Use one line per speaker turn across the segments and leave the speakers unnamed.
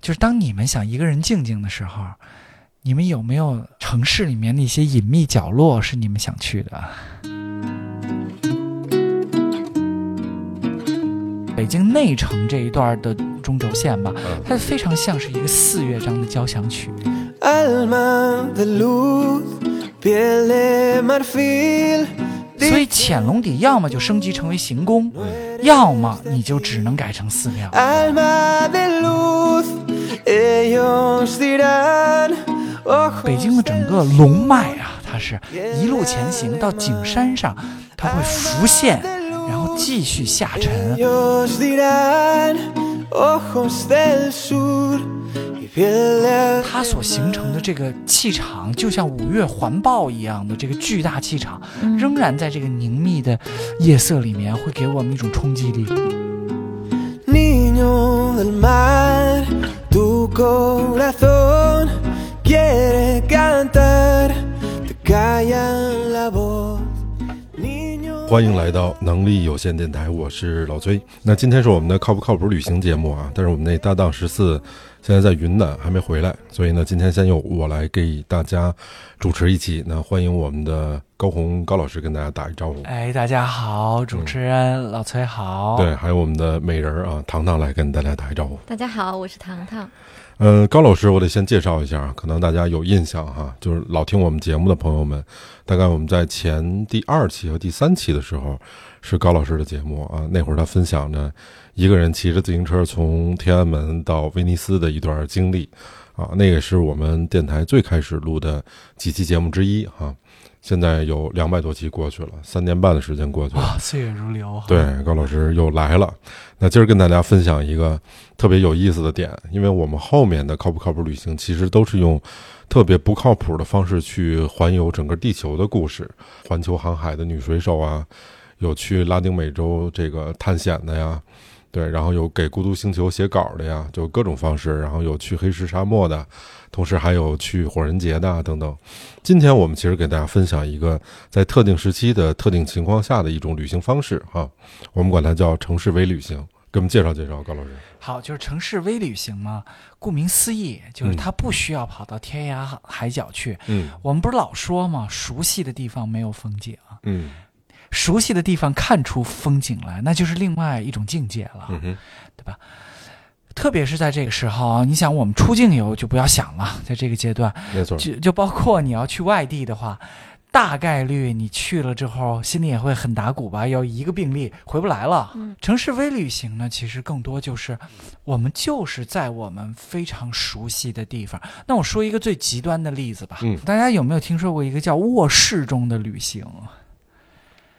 就是当你们想一个人静静的时候，你们有没有城市里面的一些隐秘角落是你们想去的？北京内城这一段的中轴线吧，它非常像是一个四乐章的交响曲。
Alma de luz, piel de marfil.
所以潜龙底要么就升级成为行宫，要么你就只能改成寺庙。
Alma de luz, ellos dirán. Ojos
北京的整个龙脉啊，它是一路前行到景山上，它会浮现，然后继续下沉。
ellos dirán, ojos del sur y piel de
它所形成的这个气场，就像五岳环抱一样的这个巨大气场，仍然在这个凝密的夜色里面，会给我们一种冲击力。
niño del mar. Tu corazón quiere cantar, te callan la voz. Niño
欢迎来到能力有限电台，我是老崔。那今天是我们的靠不靠谱旅行节目啊，但是我们那搭档十四现在在云南还没回来，所以呢，今天先由我来给大家主持一期。那欢迎我们的高红高老师跟大家打一招呼，
哎，大家好，主持人老崔好。
对，还有我们的美人儿啊糖糖来跟大家打一招呼。
大家好，我是糖糖。
嗯，高老师，我得先介绍一下啊，可能大家有印象哈，就是老听我们节目的朋友们，大概我们在前第二期和第三期的时候是高老师的节目啊，那会儿他分享着一个人骑着自行车从天安门到威尼斯的一段经历啊，那个是我们电台最开始录的几期节目之一哈、现在有两百多期过去了，三年半的时间过去了，
哇，岁月如流。啊
对，高老师又来了。那今儿跟大家分享一个特别有意思的点，因为我们后面的靠不靠谱旅行，其实都是用特别不靠谱的方式去环游整个地球的故事，环球航海的女水手啊，有去拉丁美洲这个探险的呀，对，然后有给《孤独星球》写稿的呀，就各种方式，然后有去黑石沙漠的，同时还有去火人节的啊等等。今天我们其实给大家分享一个在特定时期的特定情况下的一种旅行方式哈、我们管它叫城市微旅行。给我们介绍介绍，高老师。
好，就是城市微旅行嘛，顾名思义，就是它不需要跑到天涯海角去。
嗯
我们不是老说嘛，熟悉的地方没有风景，
嗯
熟悉的地方看出风景来，那就是另外一种境界了。
嗯哼
特别是在这个时候啊，你想我们出境游就不要想了，在这个阶段，
没错，
就就包括你要去外地的话，大概率你去了之后心里也会很打鼓吧，要一个病例回不来了。
嗯
城市微旅行呢，其实更多就是我们就是在我们非常熟悉的地方。那我说一个最极端的例子吧，
嗯
大家有没有听说过一个叫卧室中的旅行？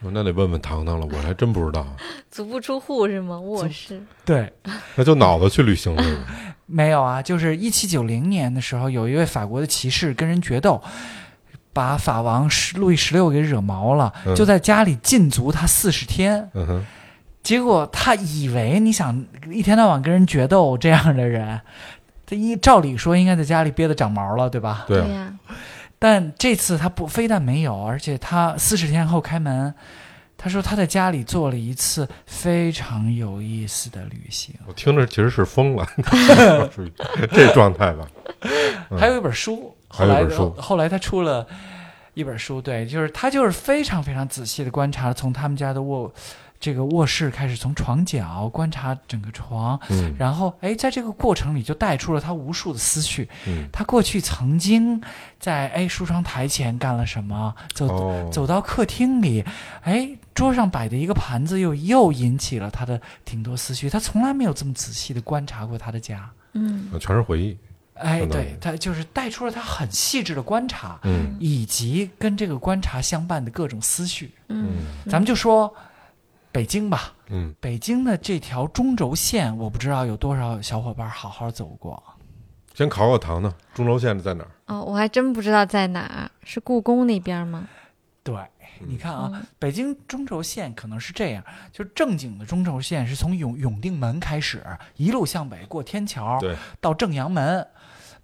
哦那得问问糖糖了，我还真不知道，
足不出户是吗？卧室
对，
那就脑子去旅行了。
没有啊，就是一七九零年的时候，有一位法国的骑士跟人决斗，把法王十路易十六给惹毛了，
嗯
就在家里禁足他四十天。
嗯哼，
结果他以为你想一天到晚跟人决斗这样的人， 他一照理说应该在家里憋得长毛了，对吧？
对啊，
呀、
但这次他不非但没有，而且他四十天后开门，他说他在家里做了一次非常有意思的旅行。
我听着其实是 疯了，是这状态吧？嗯
还有一本书，后
还有一
来
本书
后来他出了一本书，对，就是他就是非常非常仔细的观察，从他们家的卧这个卧室开始，从床角观察整个床，
嗯
然后哎，在这个过程里就带出了他无数的思绪，
嗯，
他过去曾经在哎梳妆台前干了什么，走、
哦，
走到客厅里，哎，桌上摆的一个盘子又又引起了他的挺多思绪，他从来没有这么仔细的观察过他的家，
嗯，
全是回忆。
哎，
相当于
对，他就是带出了他很细致的观察，
嗯
以及跟这个观察相伴的各种思绪。
嗯
嗯
咱们就说北京吧，
嗯，
北京的这条中轴线，我不知道有多少小伙伴好好走过。
先考考糖糖，中轴线在哪儿？
哦，我还真不知道在哪儿，是故宫那边吗？
对，你看啊，
嗯
北京中轴线可能是这样，就正经的中轴线是从永永定门开始，一路向北过天桥，
对，
到正阳门，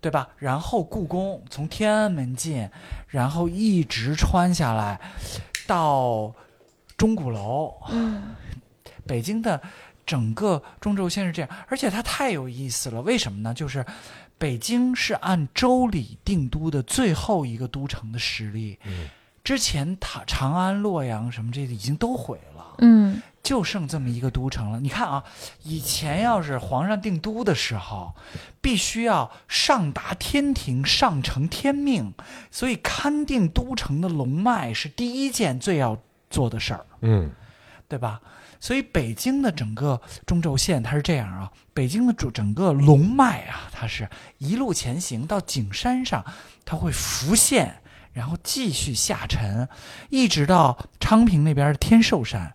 对吧？然后故宫从天安门进，然后一直穿下来到钟鼓楼。
嗯
北京的整个中轴线是这样，而且它太有意思了。为什么呢？就是北京是按周礼定都的最后一个都城的实力，
嗯
之前塔长安、洛阳什么这已经都毁了。
嗯
就剩这么一个都城了。你看啊，以前要是皇上定都的时候，必须要上达天庭，上承天命，所以勘定都城的龙脉是第一件最要做的事儿。
嗯
对吧？所以北京的整个中轴线它是这样啊，北京的主整个龙脉啊，它是一路前行到景山上，它会浮现，然后继续下沉，一直到昌平那边的天寿山。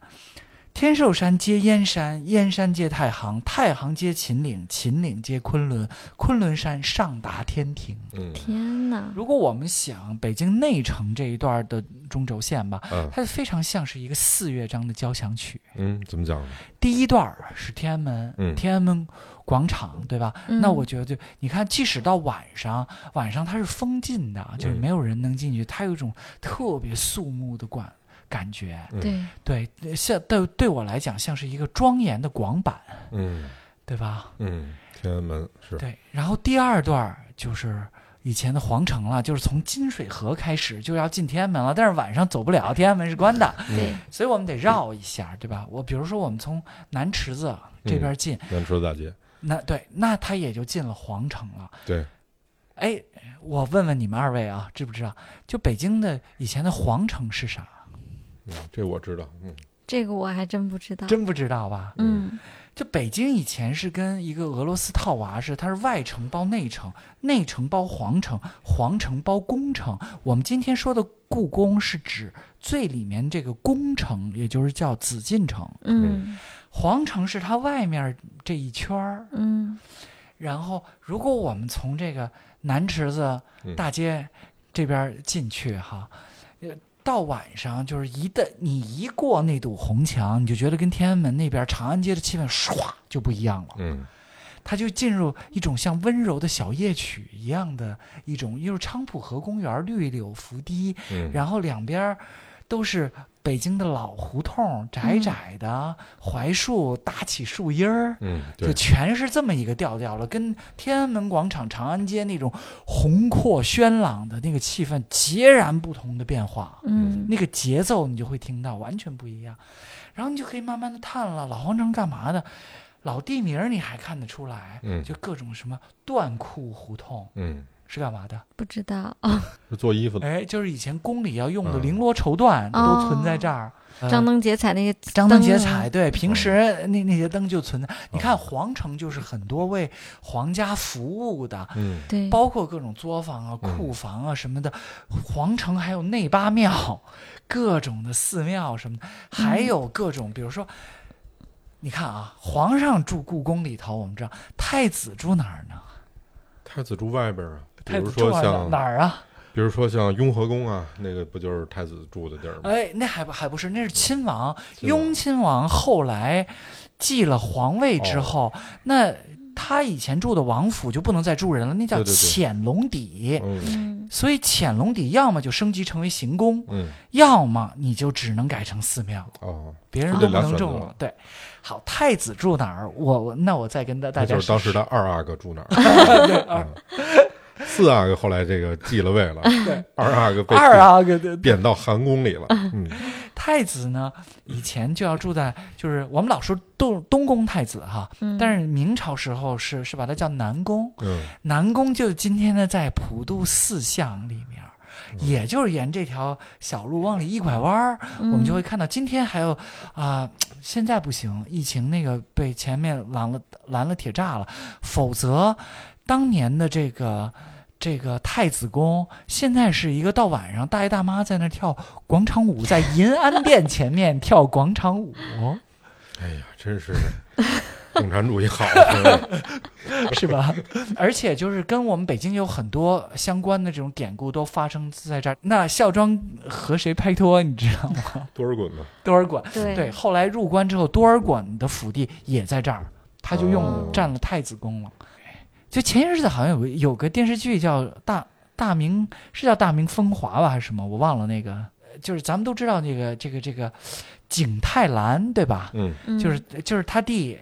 天寿山接燕山，燕山接太行，太行接秦岭，秦岭接昆仑，昆仑山上达天庭。
嗯
天哪，
如果我们想北京内城这一段的中轴线吧，
嗯
它非常像是一个四乐章的交响曲。
嗯，怎么讲呢？
第一段儿是天安门，
嗯
天安门广场，对吧？
嗯
那我觉得就，你看，即使到晚上，晚上它是封禁
嗯
的，就是没有人能进去，它有一种特别肃穆的感感觉。
嗯
对，
对，像对对我来讲，像是一个庄严的广板，
嗯
对吧？
嗯，天安门是
对。然后第二段儿就是以前的皇城了，就是从金水河开始就要进天安门了，但是晚上走不了，天安门是关的，
对，
所以我们得绕一下，对吧？我比如说，我们从南池子这
嗯
边进。
南池子大街，
那对，那他也就进了皇城了。
对，
哎，我问问你们二位啊，知不知道？就北京的以前的皇城是啥？
嗯，这我知道，嗯
这个我还真不知道。
真不知道吧？
嗯
就北京以前是跟一个俄罗斯套娃似的，它是外城包内城，内城包皇城，皇城包宫城。我们今天说的故宫是指最里面这个宫城，也就是叫紫禁城。
嗯
皇城是它外面这一圈儿，
嗯
然后，如果我们从这个南池子
嗯
大街这边进去哈，呃到晚上就是一的，你一过那堵红墙，你就觉得跟天安门那边长安街的气氛唰就不一样了，
嗯
它就进入一种像温柔的小夜曲一样的一种，因为菖蒲河公园绿柳拂堤，
嗯，
然后两边儿都是北京的老胡同，窄窄的槐树搭起树荫儿，
嗯
就
对，
全是这么一个调调了，跟天安门广场、长安街那种宏阔轩朗的那个气氛截然不同的变化，
嗯
那个节奏你就会听到完全不一样，然后你就可以慢慢的探了老皇城干嘛的，老地名儿你还看得出来，
嗯
就各种什么段库胡同
嗯，
是干嘛的？
不知道。哦
是做衣服的，
哎，就是以前宫里要用的
嗯
绫罗绸缎都存在这儿，呃
张灯结彩那些
张灯
啊
结彩，，对，
嗯
平时那那些灯就存在。你
哦
看皇城就是很多为皇家服务的，
嗯
对，
包括各种作坊啊、
嗯
库房啊什么的。皇城还有内八庙，各种的寺庙什么的，还有各种，比如说，你看啊，皇上住故宫里头，我们知道太子住哪儿呢？
太子住外边啊，比
太
如
子住
说
哪儿
像
哪儿啊？
比如说像雍和宫啊，那个不就是太子住的地儿吗？
哎，那还不还不是，那是
嗯
亲王。
亲王
雍亲王后来继了皇位之后，
哦
那他以前住的王府就不能再住人了，那叫
对对对
潜龙底。
嗯
嗯
所以潜龙底要么就升级成为行宫，
嗯
要么你就只能改成寺庙，
哦，
别人
就
都
这
不
俩
能
选
种
择
了。对，好，太子住哪儿？我我那我再跟大大
那
家啊
就是当时
说
的二阿哥 住哪儿？嗯四阿哥后来这个继了位了，二阿哥被
二啊阿哥的
贬到寒宫里了。嗯
太子呢，以前就要住在就是我们老说东东宫太子哈，
嗯，
但是明朝时候是是把它叫南宫，
嗯
南宫就是今天的在普渡四巷里面。也就是沿这条小路往里一拐弯儿，我们就会看到今天还有啊、现在不行，疫情那个被前面拦了拦了铁栅了，否则当年的这个这个太子宫，现在是一个到晚上大爷大妈在那跳广场舞，在银安殿前面跳广场舞，
哎呀，真是的，共产主义好。
是吧？而且就是跟我们北京有很多相关的这种典故都发生在这儿。那孝庄和谁拍拖，你知道吗？
多尔衮嘛，
多尔衮
对
对，后来入关之后，多尔衮的府地也在这儿，他就
哦
用占了太子宫了。就前些日子好像有个有个电视剧叫《大大明》，是叫《大明风华》吧，还是什么？我忘了那个。呃就是咱们都知道那个这个这个景泰蓝，对吧？
嗯
嗯
就是就是他弟，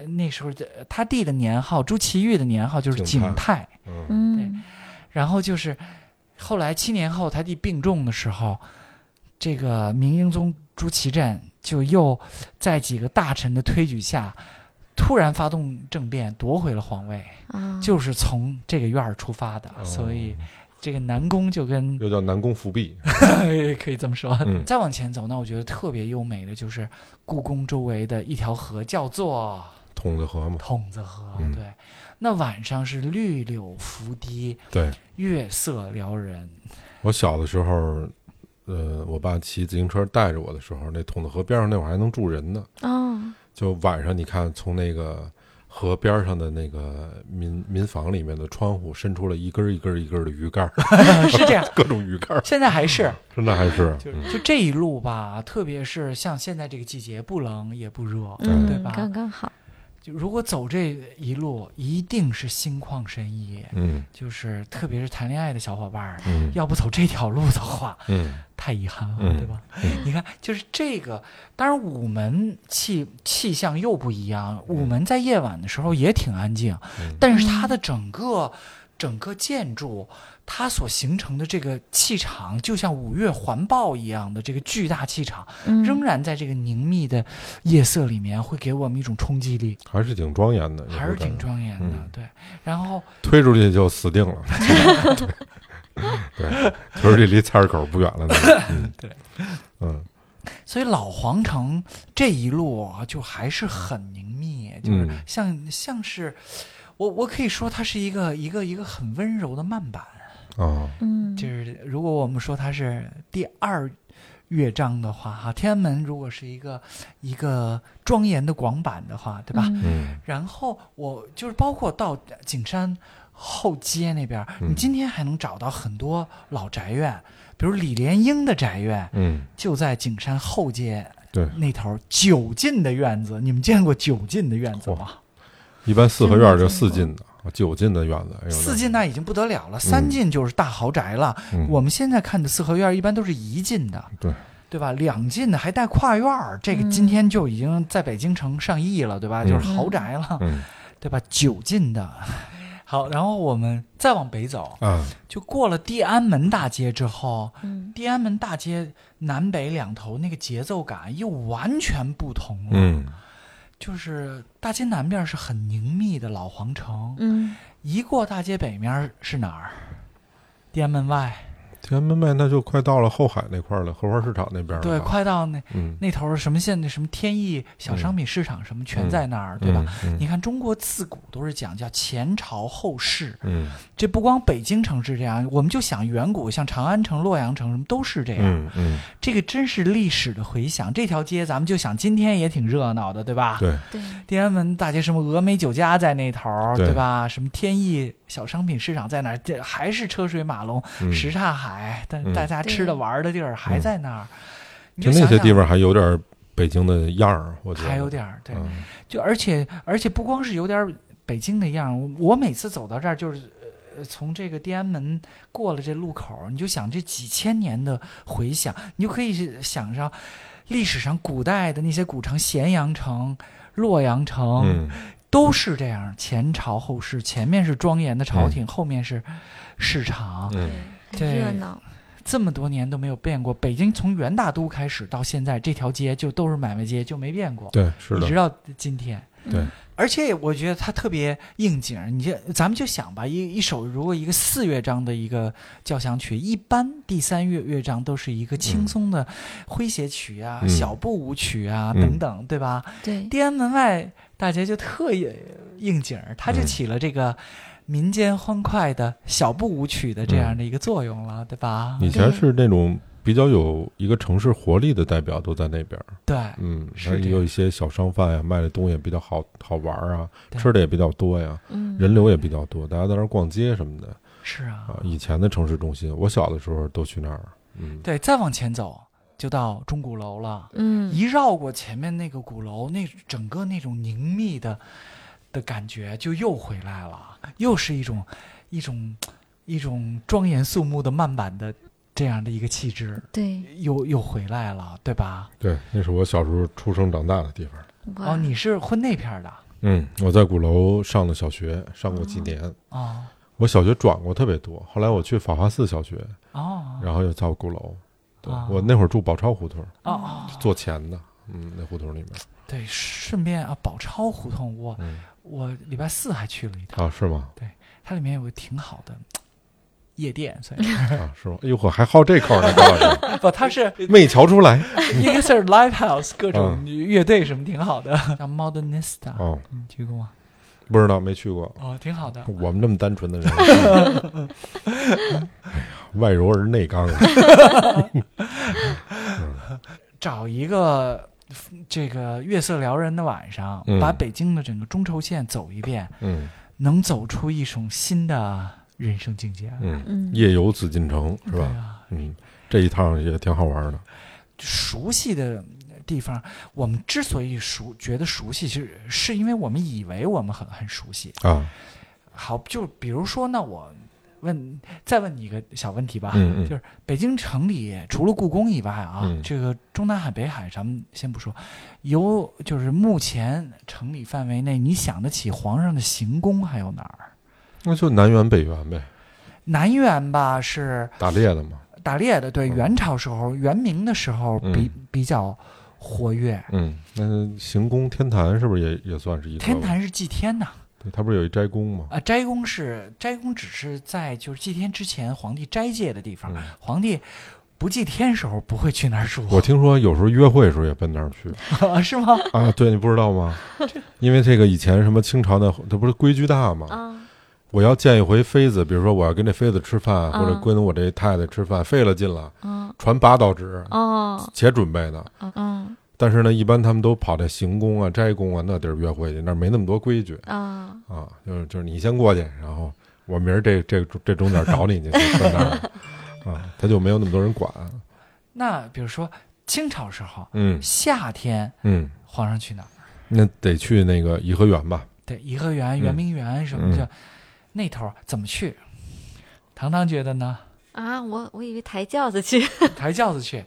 呃那时候的他弟的年号，朱祁钰的年号就是
景
景
泰
泰，
嗯
嗯
然后就是后来七年后他弟病重的时候，这个明英宗朱祁镇就又在几个大臣的推举下，突然发动政变，夺回了皇位，
啊，
就是从这个院儿出发的，
哦
所以。这个南宫就跟
又叫南宫伏壁，
可以这么说。
嗯
再往前走，那我觉得特别优美的就是故宫周围的一条河，叫做
筒子河嘛，
筒子河。
嗯
对，那晚上是绿柳拂堤，
对，
月色撩人。
我小的时候，呃，我爸骑自行车带着我的时候，那筒子河边上那会儿还能住人呢。
嗯
哦，
就晚上，你看从那个河边上的那个民民房里面的窗户伸出了一根儿一根儿一根儿的鱼竿儿，
是这样，
各种鱼 竿儿，
现在还是
真的还是
就
嗯
就这一路吧，特别是像现在这个季节，不冷也不热，
嗯，
对吧？
刚刚好，
就如果走这一路，一定是心旷神怡。
嗯
就是特别是谈恋爱的小伙伴儿，
嗯
要不走这条路的话，
嗯
太遗憾了，
嗯
对吧？
嗯
你看，就是这个，当然午门气气象又不一样。午门在夜晚的时候也挺安静，
嗯
但是它的整个整个建筑，它所形成的这个气场，就像五岳环抱一样的这个巨大气场，
嗯
仍然在这个凝密的夜色里面，会给我们一种冲击力，
还是挺庄严的，
还是挺庄严的
嗯。
对，然后
推出去就死 定了。对，对，推出去离菜市口不远了呢。嗯，
对，
嗯
所以老皇城这一路啊，就还是很凝密，就是
嗯
像、像是我我可以说它是一个一个一个很温柔的慢板，
啊，
嗯
就是如果我们说它是第二乐章的话，哈，天安门如果是一个一个庄严的广板的话，对吧？
嗯
嗯
然后我就是包括到景山后街那边儿，
嗯
你今天还能找到很多老宅院，比如李莲英的宅院，
嗯，
就在景山后街
对，
那头九进的院子，你们见过九进的院子吗？
一般四合院儿就四进的，九进的院子，哎
嗯
呦
四进那已经不得了了，三进就是大豪宅了。
嗯
我们现在看的四合院一般都是一进的，
对
对吧？两进的还带跨院儿，这个
嗯
今天就已经在北京城上亿了，对吧？
嗯
就是豪宅了，
嗯
对吧？九进的。好，然后我们再往北走，
啊，
就过了地安门大街之后，
嗯
地安门大街南北两头那个节奏感又完全不同了。
嗯
就是大街南边是很凝密的老皇城，
嗯
一过大街北面是哪儿？天安门外，
天安门外那就快到了后海那块儿了，荷花市场那边儿了
对，
吧
快到那
嗯，
那头儿什么县的什么天意小商品市场什么全在那儿，对吧？
嗯？
你看中国自古都是讲叫前朝后世，
嗯
这不光北京城是这样，我们就想远古像长安城、洛阳城什么都是这样。
嗯嗯，
这个真是历史的回响。这条街咱们就想今天也挺热闹的，对吧？
对，
对，
天安门大街什么峨眉酒家在那头儿，
对
对吧？什么天意小商品市场在那儿，这还是车水马龙，
嗯
什刹海，但
嗯
大家吃的玩儿的地儿还在那儿。你
就
想
那些
想
地方还有点儿北京的样儿，我觉得
还有点儿对，
嗯
就而且而且不光是有点儿北京的样儿，我我每次走到这儿就是。呃，从这个天安门过了这路口儿，你就想这几千年的回响，你就可以想上历史上古代的那些古城，咸阳城、洛阳城，
嗯
都是这样，前朝后世，前面是庄严的朝廷，后面是市场，
嗯
很热闹，
这么多年都没有变过。北京从元大都开始到现在，这条街就都是买卖街，就没变过，
对是
一直
的，
到今天。
对，
而且我觉得它特别应景儿，你这咱们就想吧，一一首如果一个四乐章的一个交响曲，一般第三乐乐章都是一个轻松的诙谐曲啊、
嗯
小步舞曲啊、
嗯
等等，对吧？
对，
天安门外大街就特应应景儿，它就
嗯
起了这个民间欢快的小步舞曲的这样的一个作用了，对吧？
以前
对
是那种比较有一个城市活力的代表都在那边儿，
对
嗯，
是
还
这
有一些小商贩呀，卖的东西也比较好好玩儿啊，
对
吃的也比较多呀，
嗯
人流也比较多，大家在那儿逛街什么的
是啊，
啊。以前的城市中心，我小的时候都去那儿，嗯，
对，再往前走就到钟鼓楼了，
嗯
一绕过前面那个鼓楼，那整个那种凝密的的感觉就又回来了，又是一种一种一种庄严肃穆的慢板的这样的一个气质
对，
又又回来了，对吧？
对，那是我小时候出生长大的地方。
哇，
哦，你是混那片儿的
嗯，我在鼓楼上的小学，上过几年。
哦
我小学转过特别多，后来我去法华寺小学，
哦
然后又到鼓楼。对、
哦
我那会儿住宝钞胡同，
哦哦，
坐前的，嗯，那胡同里面
对，顺便啊，宝钞胡同，我
嗯
我礼拜四还去了一趟，
啊，是吗？
它里面有个挺好的夜店，所以
啊，是吗？哎呦呵，还好这口呢，高老 师，
不，它是
没瞧出来
一个是 live house，各种乐队什么挺好的， 叫 Modernista，
嗯哦，
你去过吗？
不知道，没去过。
哦，挺好的。
我们这么单纯的人，哎呀，外柔而内刚啊！
找一个这个月色撩人的晚上，
嗯
把北京的整个中轴线走一遍，
嗯
能走出一种新的人生境界。
嗯，
嗯，
夜游紫禁城是
对
吧？
啊，
嗯，这一趟也挺好玩的。
熟悉的地方，我们之所以熟觉得熟悉，是是因为我们以为我们很很熟悉。
啊，
好，就比如说呢，我问再问你一个小问题吧，
嗯嗯
就是北京城里除了故宫以外啊，
嗯
这个中南海、北海咱们先不说，有就是目前城里范围内你想得起皇上的行宫还有哪儿？
那就南园北园呗，
南园吧是
打猎的嘛。
打猎的，对，
嗯
元朝时候、元明的时候比、比较活跃。
嗯，那行宫天坛是不是也也算是一个？
天，坛是祭天呐，
对，它不是有一斋宫吗？
啊，斋宫是斋宫，只是在就是祭天之前，皇帝斋戒的地方。
嗯
皇帝不祭天时候不会去那儿住，
我听说有时候约会的时候也奔那儿去
是吗？
啊，对你不知道吗？因为这个以前什么清朝的，它不是规矩大吗？
啊，
我要见一回妃子，比如说我要跟这妃子吃饭，
啊
嗯
或者跟我这太太吃饭，费了劲了，
啊，
传八道旨，
哦，
且准备呢。
啊，啊，
但是呢，一般他们都跑这行宫啊、斋宫啊那地儿约会去，那儿没那么多规矩
啊，
啊，就是就是你先过去，然后我明儿这这这钟点找你去，就分那儿了 啊，他就没有那么多人管。
那比如说清朝时候，
嗯
夏天
嗯，
皇上去哪儿？
那得去那个颐和园吧？
对，颐和园、
嗯
圆明园什么的，那头儿怎么去？糖糖觉得 呢？
啊，我我以为抬轿子去，
抬轿子去，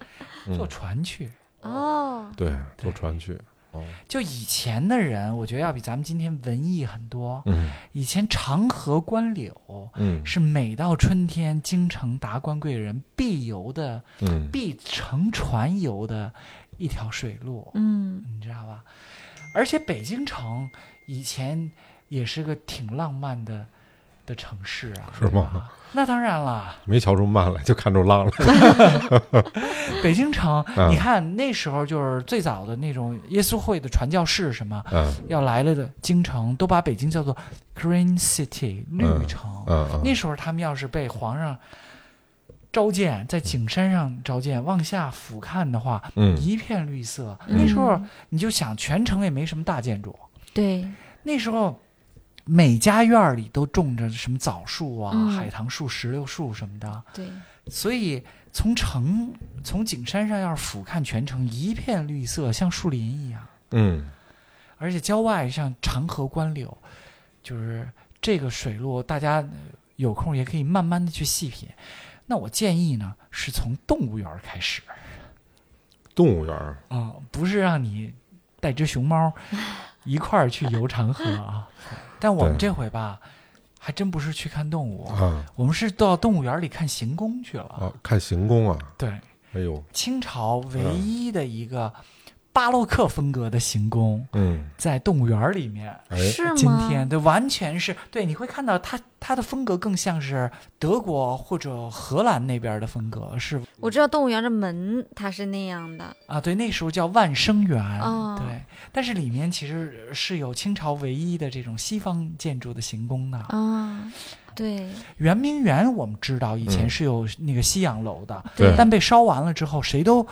嗯
坐船去。
哦，
对，坐船去。哦，
就以前的人，我觉得要比咱们今天文艺很多。
嗯
以前长河观柳
嗯
是每到春天京城达官贵人必游的、
嗯，
必乘船游的一条水路。
嗯，
你知道吧？而且北京城以前也是个挺浪漫的的城市啊，
是
对
吗
吧？那当然了，
没瞧出慢来，就看 出浪来。
北京城，
嗯
你看那时候就是最早的那种耶稣会的传教士什么
嗯
要来了的京城，都把北京叫做 Green City 绿城。
嗯嗯，
那时候他们要是被皇上召见，在景山上召见，往下俯瞰的话，
嗯
一片绿色。
嗯
那时候你就想，全城也没什么大建筑，
对，
那时候每家院儿里都种着什么枣树啊、
嗯
海棠树、石榴树什么的，
对，
所以从城从景山上要是俯瞰全城，一片绿色，像树林一样。
嗯
而且郊外像长河观柳，就是这个水路，大家呃有空也可以慢慢的去细品。那我建议呢，是从动物园儿开始
动物园儿
啊、不是让你带只熊 猫一块儿去游长河啊。但我们
对
这回吧，还真不是去看动物，
啊
我们是到动物园里看行宫去了。
啊，看行宫啊，
对，
哎呦，
清朝唯
嗯
一的一个巴洛克风格的行宫，
嗯，
在动物园里面。
哎，
是
今
吗？
天对，完全是对，你会看到它它的风格更像是德国或者荷兰那边的风格，是
我知道动物园的门它是那样的，
啊，对，那时候叫万生园，
哦
对，但是里面其实是有清朝唯一的这种西方建筑的行宫的。
啊，对，
圆明园我们知道以前
嗯
是有那个西洋楼的，
对
但被烧完了之后，谁都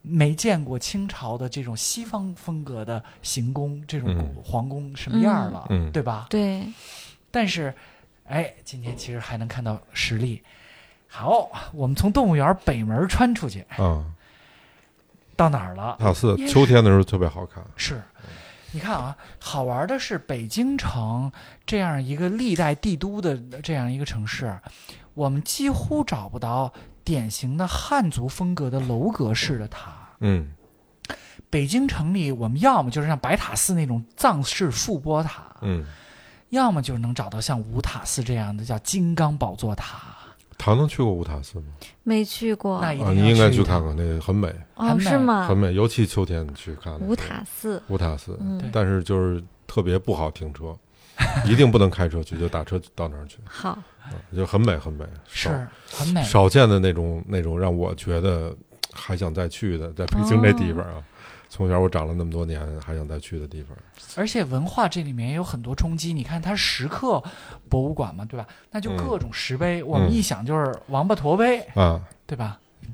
没见过清朝的这种西方风格的行宫，这种
嗯
皇宫什么样了，
嗯嗯
对吧？
对，
但是，哎，今天其实还能看到实力。好，我们从动物园北门穿出去，
啊，
到哪儿了？
塔寺秋天的时候特别好看，
是，你看啊，好玩的是北京城这样一个历代帝都的这样一个城市，我们几乎找不到典型的汉族风格的楼阁式的塔。
嗯
北京城里，我们要么就是像白塔寺那种藏式覆钵塔，
嗯，
要么就是能找到像五塔寺这样的叫金刚宝座塔。
糖糖去过五塔寺吗？
没去过
哎那一
啊，
定
你应该
去
去
一趟啊
看看，那个很美，
很
哦，
美
是吗
很？美，尤其秋天你去看
五塔寺，
五塔寺，
嗯，
但是就是特别不好停车， 一定不能开车去，就打车到那儿去，
好，
啊就很美很美，
是
少
哎很美。
少见的那种那种让我觉得还想再去的，在北京这地方
哦
啊，从小我长了那么多年，还想再去的地方，
而且文化这里面也有很多冲击。你看，它石刻博物馆嘛，对吧？那就
嗯
各种石碑，我们
嗯
一想就是王八驼碑，
啊，
对吧？嗯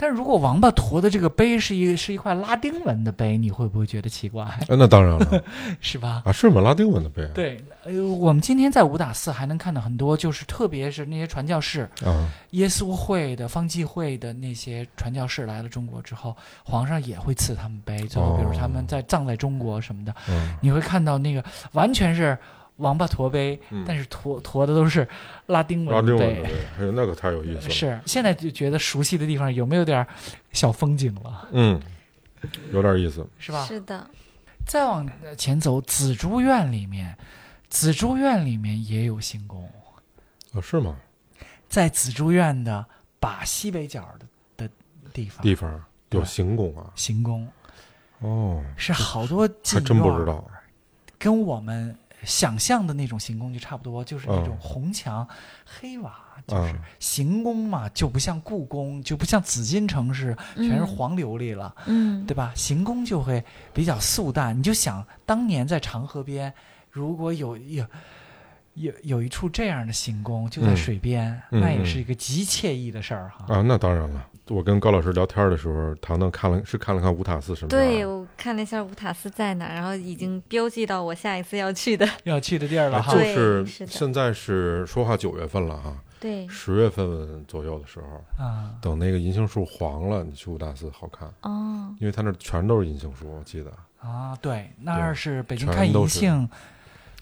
但是如果王八驼的这个碑是一是一块拉丁文的碑，你会不会觉得奇怪？
哎那当然了
是吧？
啊，是吗？拉丁文的呗，
对，呃，我们今天在五打寺还能看到很多，就是特别是那些传教士，
啊，
耶稣会的、方济会的那些传教士来了中国之后，皇上也会赐他们碑，最后比如他们
哦
在葬在中国什么的，
嗯
你会看到那个完全是王八驼碑，
嗯
但是驼驼的都是拉丁
拉
文
丁
的
文的
碑。
呗，哎呦那可太有意思了，
是，现在就觉得熟悉的地方有没有点儿小风景了，
嗯，有点意思，
是吧？
是的，
再往前走，紫竹院里面，紫竹院里面也有行宫，
啊，是吗？
在紫竹院的把西北角的的地方
地方有
对
行宫啊，
行宫。
哦，
是好多
还
还
真不知道，
跟我们想象的那种行宫就差不多，就是那种
嗯
红墙、黑瓦，就是
啊，
行宫嘛，就不像故宫，就不像紫禁城是全是
嗯
黄琉璃了，
嗯，
对吧？行宫就会比较素淡。你就想当年在长河边，如果有有。有有一处这样的行宫，就在
嗯
水边，
嗯
那也
嗯
是一个极惬意的事儿哈。
啊，那当然了。我跟高老师聊天的时候，糖糖看了是看了看五塔寺什么样啊
对，我看了一下五塔寺在哪儿，然后已经标记到我下一次要去的。
要去的地儿了
啊，
哈
就，
对
是
是的嗯
现在是说话九月份了哈，
对，
十月份左右的时候，
啊，
等那个银杏树黄了，你去五大寺好看，
哦，
因为它那全都是银杏树，我记得
啊，对，那儿是北京
全
看
都
银
是
杏，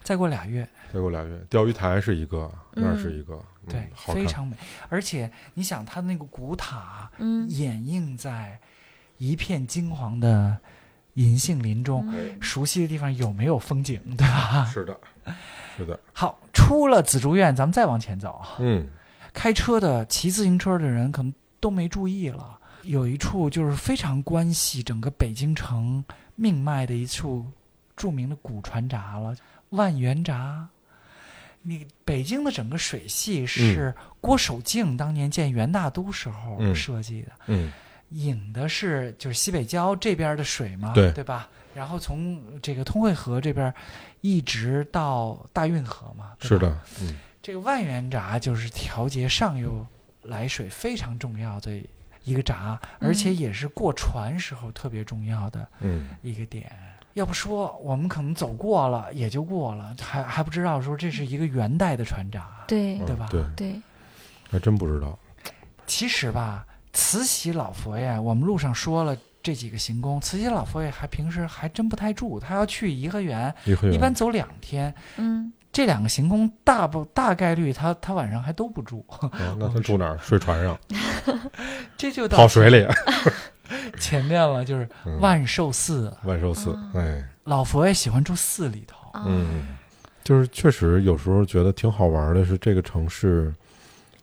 再过俩月，
再过俩月，钓鱼台是一个，
嗯
那儿是一个，嗯
对，
好
非
看，
常美。而且你想，它那个古塔
嗯，
掩映在一片金黄的银杏林中，
嗯
熟悉的地方有没有风景，对吧？
是的，是的，
好，出了紫竹院，咱们再往前走，
嗯
开车的、骑自行车的人可能都没注意了。有一处就是非常关系整个北京城命脉的一处著名的古船闸了，万源闸。你北京的整个水系是郭守敬当年建元大都时候
嗯
设计的，
嗯
引的是就是西北郊这边的水嘛，
对
吧？然后从这个通惠河这边一直到大运河嘛， 对吧
是的，嗯
这个万元闸就是调节上游来水非常重要的一个闸，
嗯
而且也是过船时候特别重要的
嗯
一个点。要不说我们可能走过了也就过了，还还不知道说这是一个元代的船闸。
对
嗯
对吧
对，
对，
还真不知道，
其实吧，慈禧老佛爷，我们路上说了这几个行宫，慈禧老佛爷还平时还真不太住，他要去颐和园，
颐和园
一般走两天。
嗯，
这两个行宫大不大概率他他晚上还都不住，
啊那他住哪儿？睡船上，
这就到
泡水里，
前面了，就是
嗯
万寿寺，
万寿寺
啊，
哎。
老佛爷喜欢住寺里头。
哦，
嗯，就是确实有时候觉得挺好玩的，是这个城市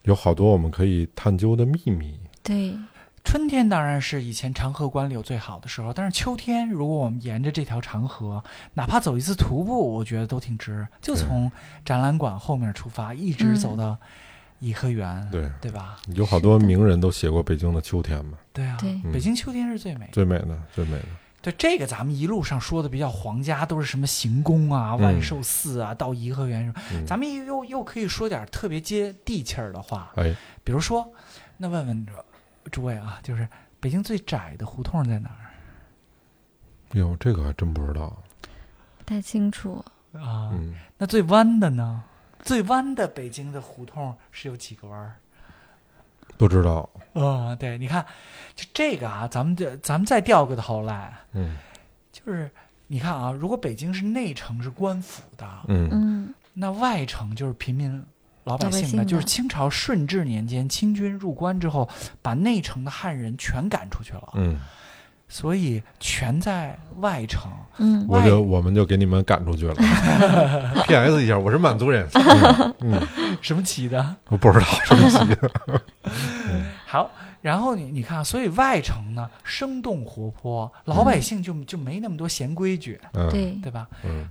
有好多我们可以探究的秘密。
对，
春天当然是以前长河观柳最好的时候，但是秋天如果我们沿着这条长河，哪怕走一次徒步，我觉得都挺值。就从展览馆后面出发，一直
嗯
走到颐和园，
对，
对吧？
有好多名人都写过北京的秋天嘛，
对啊，
对
北京秋天是最美的。
最美的，最美的。
对这个，咱们一路上说的比较皇家，都是什么行宫啊、
嗯
万寿寺啊，到颐和园什么。
嗯、
咱们又又可以说点特别接地气儿的话，
哎，
比如说，那问问诸位啊，就是北京最窄的胡同在哪儿
哟，这个还真不知道。
不太清楚，
啊
嗯，
那最弯的呢？最弯的北京的胡同是有几个弯儿？
不知道。
嗯，对，你看，就这个啊，咱们这咱们再调个头来，
嗯
就是你看啊，如果北京是内城是官府的，
嗯
嗯，
那外城就是平民老百姓
老百
的，
姓的
就是清朝顺治年间清军入关之后，把内城的汉人全赶出去了，
嗯，
所以全在外城。
嗯
我就我们就给你们赶出 去了。P.S. 一下，我是满族人，嗯嗯，
什么旗的？
我不知道什么级的，
好，然后你你看啊，所以外城呢生动活泼，老百姓就、就没那么多闲规矩，
嗯
对
对吧？
嗯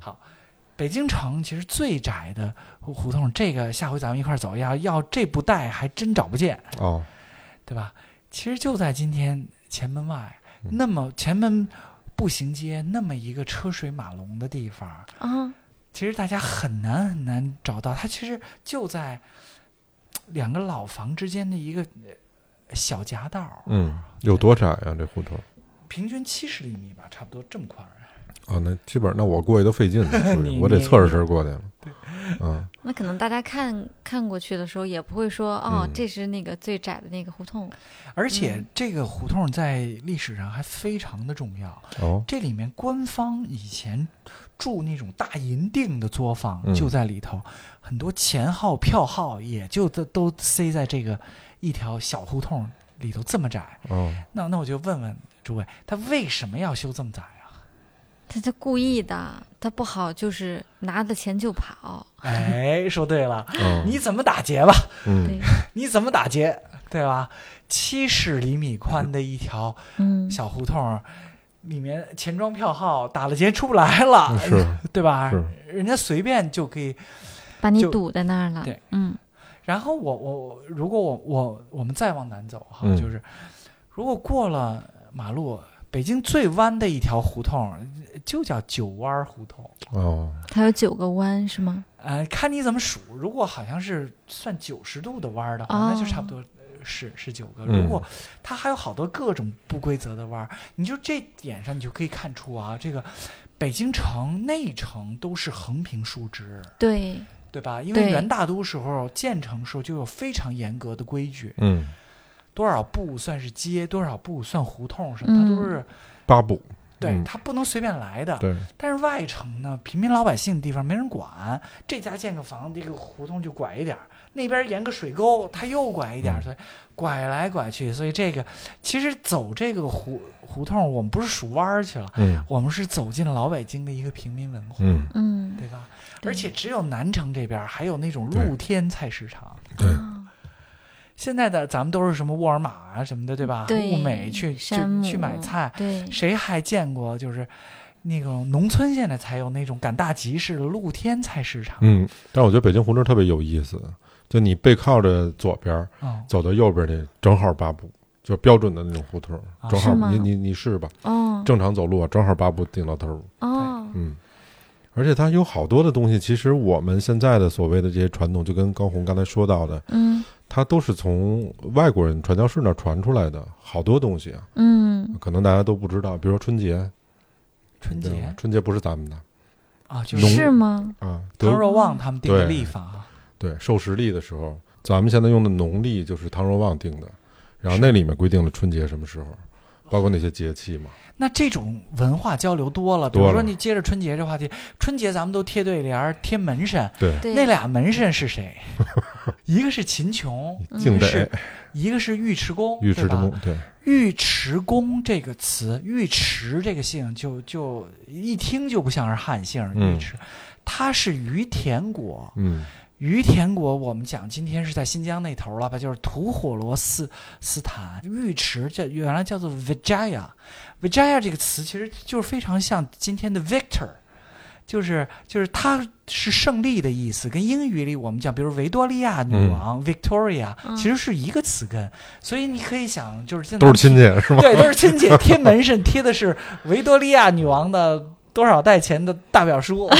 北京城其实最窄的胡胡同，这个下回咱们一块儿走，要要这不带还真找不见，
哦，
对吧？其实就在今天前门外，
嗯
那么前门步行街那么一个车水马龙的地方，
啊，
其实大家很难很难找到，它其实就在嘖两个老房之间的一个呃小夹道儿，
嗯，有多窄呀？这胡同
平均七十厘米吧，差不多这么宽。
啊，那基本上那我过去都费劲呢，是不 是
你
我得
你
侧着身过去了。嗯，
那可能大家看看过去的时候，也不会说哦
嗯，
这是那个最窄的那个胡同。
而且
嗯
这个胡同在历史上还非常的重要，
哦，
这里面官方以前住那种大银锭的作坊
嗯
就在里头，很多钱号票号也就都都塞在这个一条小胡同里头这么窄。
哦，
那那我就问问诸位，他为什么要修这么窄啊？
他他故意的，他不好就是拿了钱就跑。
哎，说对了，
哦
你怎么打劫吧？
嗯
对，
你怎么打劫？对吧？七十厘米宽的一条
嗯，
小胡同，里面钱庄票号打了劫出不来了，
嗯是，
对吧？
是
人家随便就可以。
把你
就
堵在那儿了。
对，
嗯
然后我我如果我我我们再往南走哈，
嗯
就是如果过了马路，北京最弯的一条胡同呃就叫九弯胡同。
哦，
它有九个弯是吗？
呃，看你怎么数。如果好像是算九十度的弯儿的话，那就差不多呃是是九个。
嗯
如果它还有好多各种不规则的弯儿，你就这点上你就可以看出啊，这个北京城内城都是横平竖直，
对，
对吧？因为
对
元大都时候建成时候就有非常严格的规矩，
嗯，
多少步算是街，多少步算胡同什么，它都
嗯
是
八步，
对
嗯
它不能随便来的。
对，
但是外城呢，平民老百姓的地方没人管，这家建个房，这个胡同就拐一点儿，那边沿个水沟，他又拐一点儿，
嗯
所以拐来拐去，所以这个其实走这个胡胡同，我们不是数弯儿去了，
嗯
我们是走进了老北京的一个平民文化，
嗯，
嗯，
对吧？
对
而且只有南城这边儿还有那种露天菜市场。
对，
啊
现在的咱们都是什么沃尔玛啊什么的，对吧？
对
物美去
山
去
姆
去买菜，
对，
谁还见过就是那种农村现在才有那种赶大集市的露天菜市场？
嗯，但是我觉得北京胡同特别有意思，就你背靠着左边儿
嗯，
走到右边儿去，正好八步，就标准的那种胡同
啊，
正好
是吗
你你你试吧，
哦
正常走路啊，正好八步顶到头儿，
哦，
嗯。而且它有好多的东西，其实我们现在的所谓的这些传统，就跟高红刚才说到的，
嗯
它都是从外国人传教士那儿传出来的，好多东西啊，
嗯，
可能大家都不知道。比如说春节，
春
对吧
节
春节不是咱们的
啊，就
农
是
嗯是吗？
啊，
汤
德
若望他们定的
对
立法啊，
对，授时历的时候，咱们现在用的农历就是唐若望定的，然后那里面规定了春节什么时候，包括那些节气嘛。
那这种文化交流多了，比如
多了
说你接着春节这话题，春节咱们都贴对联儿、贴门神，
对，
对，
那俩门神是 谁？一个是秦琼，
敬
嗯
哎
是
得
一个是尉迟恭，
尉迟
对吧
恭，对，
尉迟恭这个词，尉迟这个姓就就一听就不像是汉姓。
嗯
尉迟，他是于田国。
嗯
于田国，我们讲今天是在新疆那头了吧？就是吐火罗斯斯坦。尉迟这原来叫做 Vijaya，Vijaya 这个词其实就是非常像今天的 Victor。就是就是，它是胜利的意思，跟英语里我们讲，比如维多利亚女王、Victoria，
嗯
其实是一个词根，所以你可以想，就是现在
都是亲戚 是 吗？
对，都是亲戚。贴门神贴的是维多利亚女王的多少代前的大表 叔，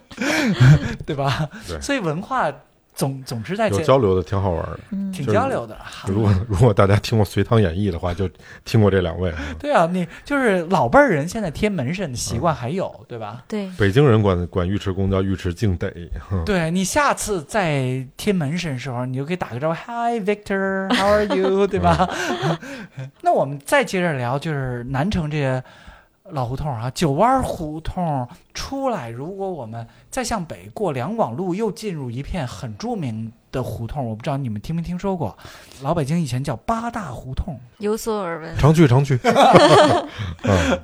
对吧？
对
所以文化总总是在
有
这
交流的，挺好玩的。
嗯
挺
就是
交流的。
如果如果大家听过《隋唐演义》的话，就听过这两 位。
对啊，你就是老辈儿人现在贴门神的习惯还有，对吧？
对，
北京人管管尉迟恭叫尉迟敬得，
对你下次再贴门神的时候，你就可以打个招呼，Hi Victor，How 嗯 are you？对吧？那我们再接着聊，就是南城这些老胡同啊，九弯胡同出来，如果我们再向北过两广路，又进入一片很著名的胡同，我不知道你们听没听说过，老北京以前叫八大胡同，
有所耳闻。
常去常去。嗯，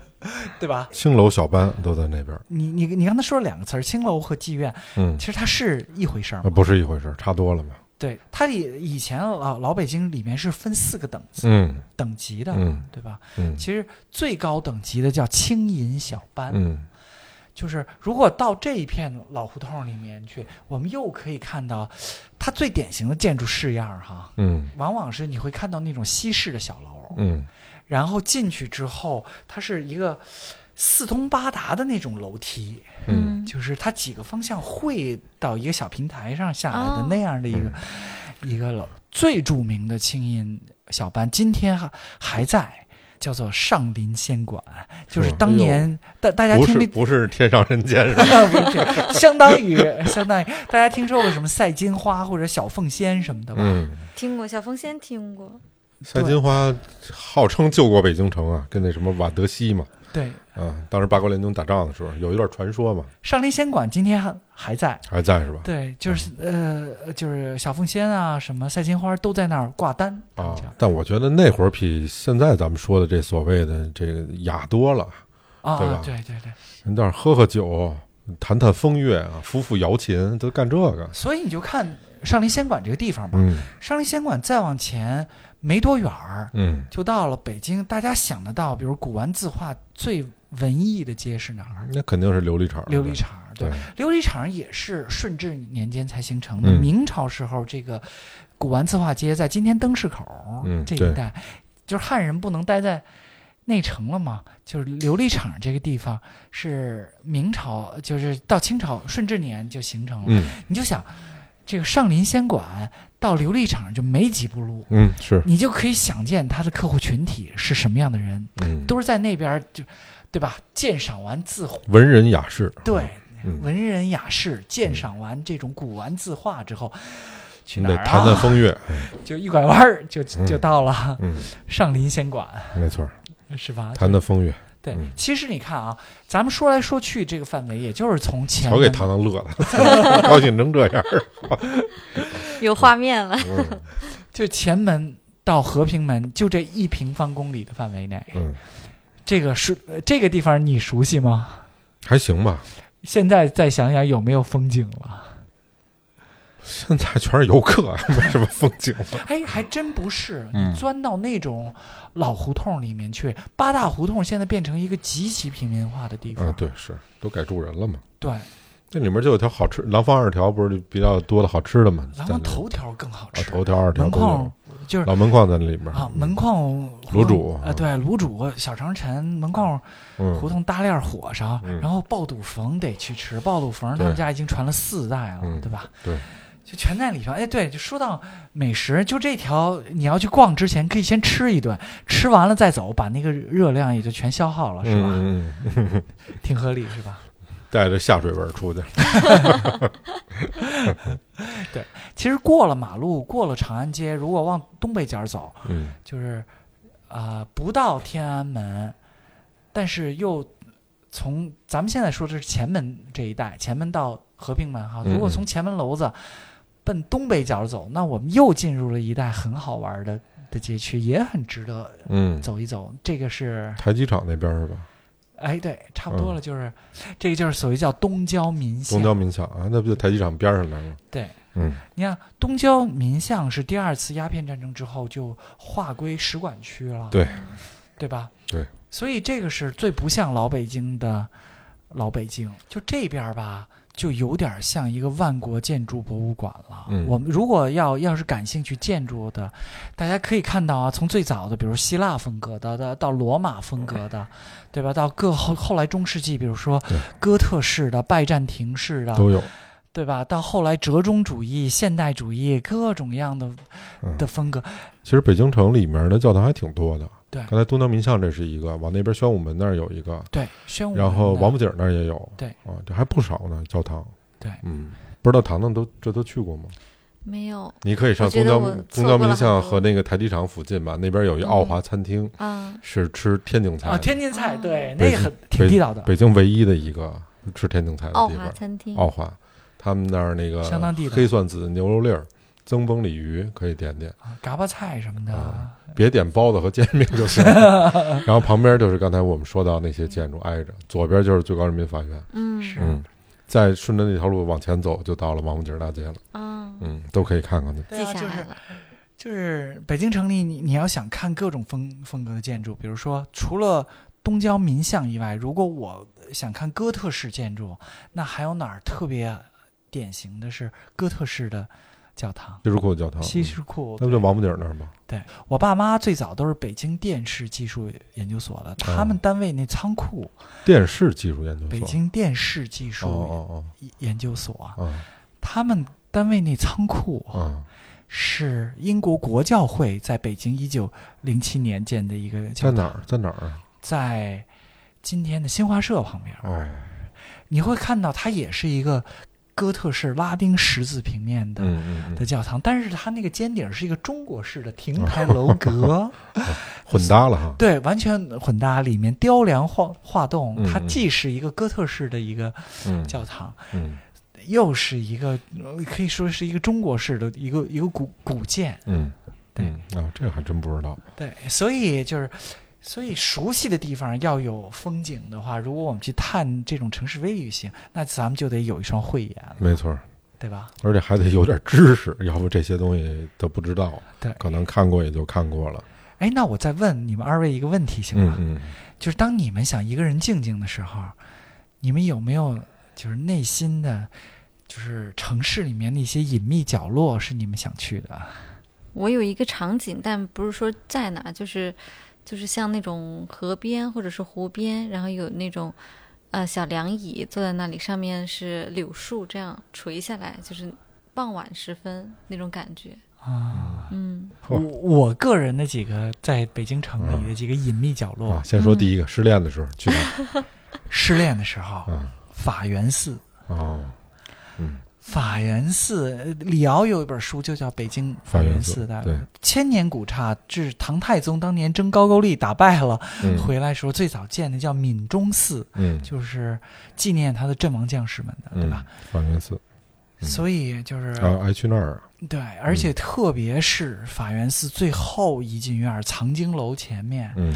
对吧？
青楼小班都在那边。
你你你刚才说了两个词儿，青楼和妓院，
嗯，
其实它是一回事儿
呃
嘛。
不是一回事儿，差多了 嘛。
对，它以以前老老北京里面是分四个等级
嗯
等级的，
嗯
对吧？
嗯
其实最高等级的叫青银小班，
嗯
就是如果到这一片老胡同里面去，我们又可以看到它最典型的建筑式样儿哈，
嗯
往往是你会看到那种西式的小楼，
嗯
然后进去之后，它是一个四通八达的那种楼梯，
嗯，
就是它几个方向汇到一个小平台上下来的
哦
那样的一个、一个楼。最著名的清音小班今天还还在，叫做上林仙馆，就是
是
当年大大家
哦哎不
听
是
没
不是天上人 间是吧？
不是，相当于相当于大家听说过什么赛金花或者小凤仙什么的吧？
嗯，
听过，小凤仙听过，
赛金花号称救过北京城啊，跟那什么瓦德西嘛，
对，
啊，当时八国联军打仗的时候有一段传说嘛，
上林仙馆今天还还在。
还在是吧？
对，就是
嗯
呃，就是小凤仙啊，什么赛金花都在那儿挂单他们
啊
家，
但我觉得那会儿比现在咱们说的这所谓的这个雅多了，
啊，
对吧
对对对，
人那儿喝喝酒，谈谈风月啊，抚抚瑶琴，都干这个。
所以你就看上林仙馆这个地方吧。
嗯
上林仙馆再往前没多远儿，
嗯
就到了北京大家想得到，比如古玩字画最文艺的街是哪儿？
那肯定是琉璃厂。
琉璃厂，对
对，，
琉璃厂也是顺治年间才形成的。
嗯
明朝时候，这个古玩字画街在今天灯市口、
嗯
这
对
一带，就是汉人不能待在内城了嘛，就是琉璃厂这个地方是明朝，就是到清朝顺治年就形成了。
嗯
你就想，这个上林仙馆到琉璃厂就没几步路。
嗯是，
你就可以想见他的客户群体是什么样的人，
嗯，
都是在那边儿就，对吧？鉴赏完字
文人雅士。
对，
嗯
文人雅士鉴赏完这种古玩字画之后，去
你
哪
得
儿啊？
谈谈风月，
就一拐弯儿就就
嗯
到了
嗯，
上林仙馆，
没错，
啊是吧？
谈谈风月，
对
嗯，
其实你看啊，咱们说来说去这个范围，也就是从前
瞧给
门
糖糖乐 的，高兴成这样儿。
有画面了。
嗯
就前门到和平门就这一平方公里的范围内，
嗯，
这个熟呃这个地方你熟悉吗？
还行吧，
现在再想想有没有风景了？
现在全是游 客，啊没什么风景了。
哎，还真不是，
嗯
你钻到那种老胡同里面去，八大胡同现在变成一个极其平民化的地方。
啊，对，是都改住人了嘛。
对，
这里面就有条好吃，廊坊二条不是比较多的好吃的吗？
然
在
后
那
头条更好
啊
吃，
头条二条
门
都有
框就是
老门框在那里面
啊，门框
卤煮
啊，对，卤煮小长城门框胡
嗯
同搭链火烧，
嗯
然后爆肚冯得去吃，爆肚冯他
对
们家已经传了四代了
嗯，
对吧？
对，
就全在里头。哎，对，就说到美食，就这条你要去逛之前可以先吃一顿，吃完了再走，把那个热量也就全消耗了，是吧？
嗯嗯嗯，
挺合理，是吧？
带着下水味儿出去。
其实过了马路，过了长安街，如果往东北角走，
嗯
就是啊、呃不到天安门，但是又从咱们现在说的是前门这一带，前门到和平门哈。
嗯
如果
嗯
从前门楼子奔东北角走，那我们又进入了一带很好玩的的街区，也很值得
嗯，
走一走。这个是
台机场那边是吧？
哎对，差不多了，就是、这个就是所谓叫东郊民巷
嗯东。郊民巷啊，那不就台机场边上来吗？
对，
嗯
你看东郊民巷是第二次鸦片战争之后就划归使馆区了，
对
对吧？
对，
所以这个是最不像老北京的老北京，就这边儿吧，就有点像一个万国建筑博物馆了。
嗯
我们如果要要是感兴趣建筑的，大家可以看到啊，从最早的比如希腊风格的，到到罗马风格的，对吧？到各后后来中世纪，比如说
对
哥特式的、拜占庭式的，
都有。
对吧？到后来折中主义、现代主义各种各样的
嗯
的风格，
其实北京城里面的教堂还挺多的。
对
刚才东郊民巷这是一个，往那边宣武门那儿有一个，
对，宣武门的，
然后王府井那儿也有。
对
啊，这还不少呢，教堂。
对
嗯，不知道糖糖都这都去过吗？
没有，
你可以上
我觉
东郊
得我
东
错
郊
过
民
了
巷
很多
和那个台体厂附近吧，那边有一奥华餐厅，
嗯，
是吃天津菜的，
啊，天津菜
哦
对，那
北
个
京
很挺地道的，
北京唯一的一个吃天津菜的
奥
地
华
方。
餐厅，
哦
奥华，他们那儿那个
嗯相当地道
黑蒜子、牛肉粒儿、蒸崩鲤鱼可以点点，
啊嘎巴菜什么的
啊，别点包子和煎饼就 行了。然后旁边就是刚才我们说到那些建筑挨着，左边就是最高人民法院，
嗯
是
嗯，再顺着那条路往前走就到了王府井大街了，
啊，
嗯，都可以看看去。
对
记
啊，
下
就
来
是
了，
就是北京城里你，你要想看各种风风格的建筑，比如说除了东郊民巷以外，如果我想看哥特式建筑，那还有哪儿特别典型的是哥特式的教堂？
西什库教堂，
西
嗯
什库
那不就王府井那儿吗？
我爸妈最早都是北京电视技术研究所
哦
的，他们单位那仓库，
电视技术研究所，
北京电视技
哦
术
哦
研究所，
哦，啊
他们单位那仓库
啊，啊！
是英国国教会在北京一九零七年建的一个教堂，
在哪儿？在哪儿啊？
在今天的新华社旁边，
哦，
你会看到它也是一个哥特式拉丁十字平面的、
嗯嗯
的
嗯，
教堂，但是它那个尖顶是一个中国式的
哦
亭台楼 阁，
混搭了哈。
对，完全混搭，里面雕梁画画栋，
嗯
它
嗯
既是一个哥特式的一个
嗯
教堂，
嗯
又是一个呃可以说是一个中国式的一个一个古古建，
嗯
对
嗯啊，这个还真不知道。
对，所以就是，所以熟悉的地方要有风景的话，如果我们去探这种城市微旅行，那咱们就得有一双慧眼了，
没错儿，
对吧？
而且还得有点知识，要不这些东西都不知道。
对
可能看过也就看过了。
哎，那我再问你们二位一个问题行
嗯
吗？
嗯，
就是当你们想一个人静静的时候，你们有没有就是内心的，就是城市里面的一些隐秘角落是你们想去的？啊
我有一个场景，但不是说在哪，就是就是像那种河边或者是湖边，然后有那种呃小凉椅坐在那里，上面是柳树这样垂下来，就是傍晚时分那种感觉。
啊，
嗯，
嚯
我我个人的几个在北京城里的几个隐秘角落
啊，，先说第一个，失恋的时候去哪 儿？
失恋的时候，
嗯
法源寺。
哦，嗯，
法源寺，呃李敖有一本书就叫《北京法源寺》
法
的，
源寺对
千年古刹，至唐太宗当年征高句丽打败了，
嗯
回来时候最早建的叫闽中寺，
嗯，
就是纪念他的阵亡将士们的，对吧？
嗯？法源寺嗯
所以就是、
啊，还去那儿啊？
对，而且特别是法源寺最后一进院，藏经楼前面
嗯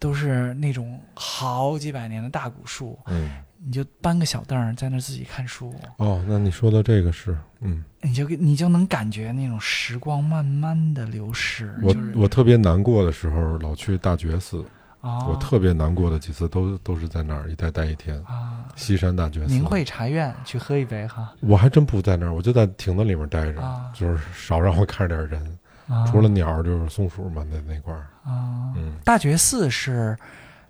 都是那种好几百年的大古树，
嗯，
你就搬个小凳儿在那儿自己看书，
哦，那你说的这个是，嗯，
你就你就能感觉那种时光慢慢的流逝。
我
嗯就是、
我特别难过的时候，老去大觉寺，
啊，
我特别难过的几次都都是在那儿一待待一天。
啊，
西山大觉寺，
明慧茶院去喝一杯哈
我还真不在那儿，我就在亭子里面待着，
啊
就是少让我看着点人，
啊，
除了鸟儿就是松鼠嘛，那那块儿，
啊，
嗯
大觉寺是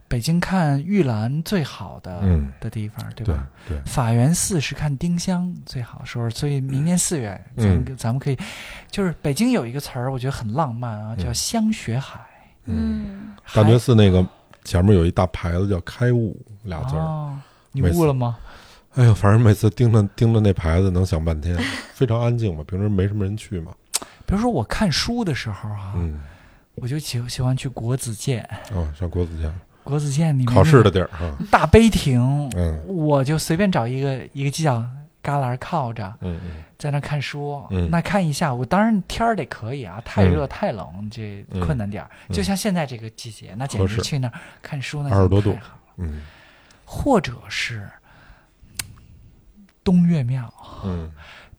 北京看玉兰最好的、
嗯，
的地方，对
对
吧？
对，
法源寺是看丁香最好的时候，所以明年四月，咱
嗯
们、咱们可以，就是北京有一个词儿，我觉得很浪漫啊，叫
嗯
香雪海。
嗯，
大
海
觉寺那个前面有一大牌子叫“开悟”俩字儿，
哦，你
每次
悟了吗？
哎呦，反正每次盯着盯着那牌子能想半天， 非常安静嘛，平时没什么人去嘛，
比如说我看书的时候啊，
嗯，
我就喜喜欢去国子监，
哦，上国子监
国子监里面
考试
那个
的地儿哈，
大碑亭，
嗯
我就随便找一个一个犄角旮旯靠着，
嗯嗯，
在那看书。
嗯
那看一下午，当然天儿得可以啊，太热、太冷这
嗯
困难点儿。
嗯
就像现在这个季节，那简
合
直
适
去那儿看书那
20多度
太好了，
嗯
或者是东岳庙。
嗯